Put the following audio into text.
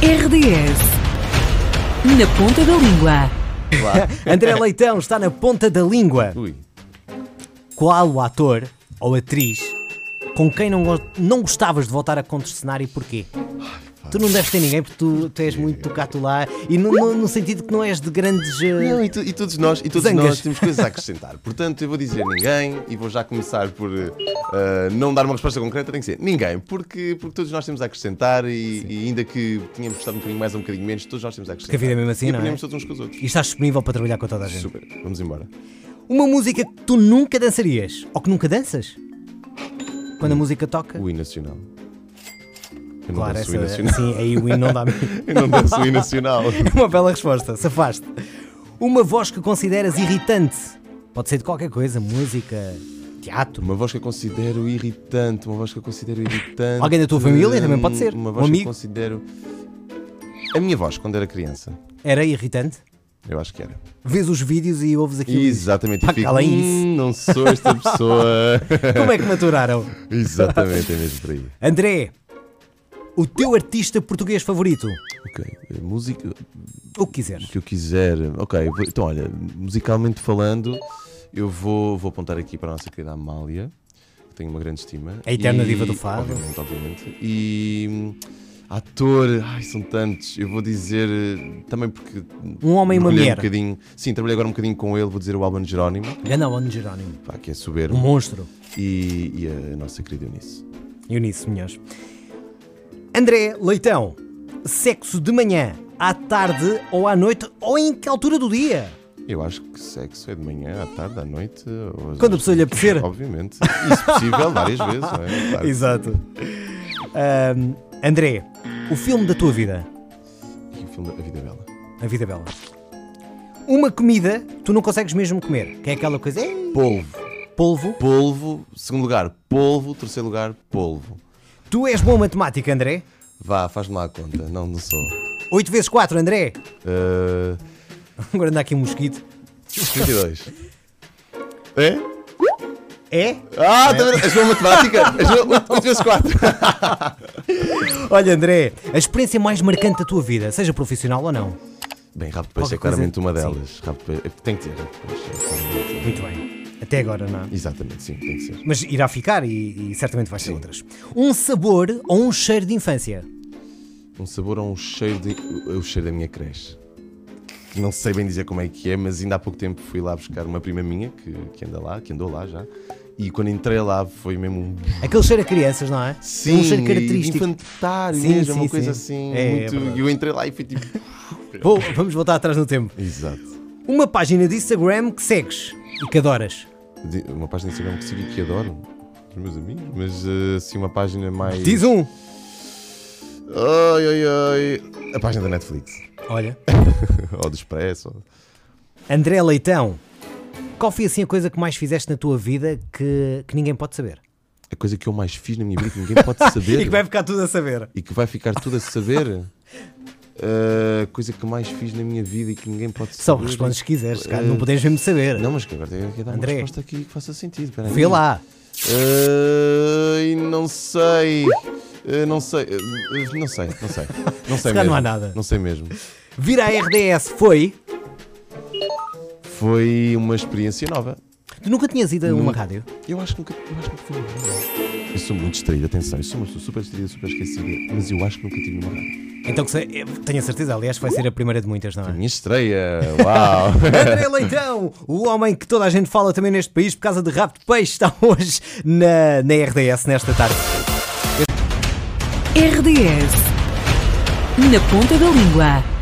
RDS. Na ponta da língua. André Leitão está na ponta da língua. Ui. Qual o ator ou atriz com quem não, go- não gostavas de voltar a contracenar e porquê? Tu não deves ter ninguém porque tu, tu és muito tocato lá e no, no- no sentido que não és de grandes. eh, Não, e, tu- e todos nós, e todos Zangas. nós temos coisas a acrescentar. Portanto, eu vou dizer ninguém e vou já começar por eh, não dar uma resposta concreta, tem que ser ninguém, porque, porque todos nós temos a acrescentar e, e ainda que tenhamos gostado um bocadinho mais ou um bocadinho menos, todos nós temos a acrescentar. a vida é mesmo assim, e não é? aprendemos todos uns com os outros. E estás disponível para trabalhar com toda a gente. Super, vamos embora. Uma música que tu nunca dançarias ou que nunca danças? Quando a música toca? O hino nacional. Eu não claro, danço essa, é. o hino nacional. sim, aí o hino não dá. Eu não danço o hino nacional. Uma bela resposta, safaste. Uma voz que consideras irritante. Pode ser de qualquer coisa, música, teatro. Uma voz que eu considero irritante, uma voz que eu considero irritante. Alguém da tua família também pode ser, Uma um voz que eu amigo. considero. A minha voz, quando era criança, Era irritante? eu acho que era. Vês os vídeos e ouves aquilo. Exatamente, e Pá, fico, cala isso. "Hum, não sou esta pessoa. Como é que maturaram? Exatamente, é mesmo por aí. André, o teu artista português favorito? Ok, eh, música O que quiseres. que eu quiser. Ok, vou- então olha, musicalmente falando, eu vou, vou apontar aqui para a nossa querida Amália, que tenho uma grande estima. É A eterna diva do fado. Obviamente, obviamente. E hum, ator, ai, são tantos. Eu vou dizer eh, também porque. Um homem e uma mergulhei mulher. Um bocadinho, sim, trabalhei agora um bocadinho com ele, vou dizer o Alban Jerónimo, Ganda Ono Jerónimo. pá, que é soberbo, Um monstro. e, e a nossa querida Eunice. Eunice Munhoz. André Leitão, sexo de manhã, à tarde ou à noite ou em que altura do dia? Eu acho que sexo é de manhã, à tarde, à noite. Ou às Quando a horas- pessoa lhe apetecer. Obviamente. E se possível, várias vezes, não é? Claro. Exato. Ahm, André, o filme da tua vida, E o filme A Vida é Bela. A Vida Bela. Uma comida que tu não consegues mesmo comer, que é aquela coisa, "Ei, Polvo. polvo. Polvo. Segundo lugar, polvo. Terceiro lugar, polvo. Tu és bom em matemática, André? Vá, faz-me lá a conta. Não, não sou. 8 vezes 4, André. Uh, Agora anda aqui um mosquito. 32. É? É? Ah, tá vendo? És boa em matemática? És boa 8 vezes 4. Olha, André, a experiência mais marcante da tua vida, seja profissional ou não. Bem, rápido peixe Qualquer coisa- é claramente uma sim. delas. Rápido peixe. Tem que ser rápido peixe. É claramente- Muito bem. Até agora, não é? Exatamente, sim, tem que ser. Mas irá ficar e, e certamente vais ter outras. Um sabor ou um cheiro de infância? um sabor a um cheiro de, o cheiro da minha creche. Que Não sei bem dizer como é que é, mas ainda há pouco tempo fui lá buscar uma prima minha que, que anda lá, que andou lá já. E quando entrei lá foi mesmo um. Aquele cheiro a crianças, não é? um cheiro característico. infantário Sim, mesmo, sim, uma coisa sim. assim. É, é muito- verdade. e eu entrei lá e fui tipo. Vou- vamos voltar atrás no tempo. Exato. Uma página de Instagram que segues e que adoras. De- Uma página de Instagram que sigo e que adoro, dos meus amigos, mas eh, assim uma página mais. Diz um. Ai, ai, ai. A página da Netflix. Olha. ou do Expresso. ou- André Leitão, qual foi assim a coisa que mais fizeste na tua vida que, que ninguém pode saber? A coisa que eu mais fiz na minha vida que ninguém pode saber. E que vai ficar tudo a saber. e que vai ficar tudo a saber. A coisa que mais fiz na minha vida e que ninguém pode saber. Só respondes se quiseres, cara, não podemos mesmo saber. Não, mas que agora tenho que dar André. uma resposta aqui que faça sentido. Peraí. Vê lá. Ai, não sei. Ah, não sei. Ah, não sei, não sei. Não sei calhar mesmo. não há nada. Não sei mesmo. Vir à RDS foi. Foi uma experiência nova. Tu nunca tinhas ido a uma rádio? Eu acho que nunca, eu acho que nunca fui numa rádio. Eu sou muito distraído, atenção. Eu sou uma pessoa super distraída, super esquecida. Mas eu acho que nunca tive uma rádio. Então que sei, eu tenho a certeza, aliás, vai ser a primeira de muitas, não é? Minha estreia. Uau! André Leitão, o homem que toda a gente fala também neste país por causa de rabo de peixe, está hoje na, na RDS nesta tarde. RDS. Na ponta da língua.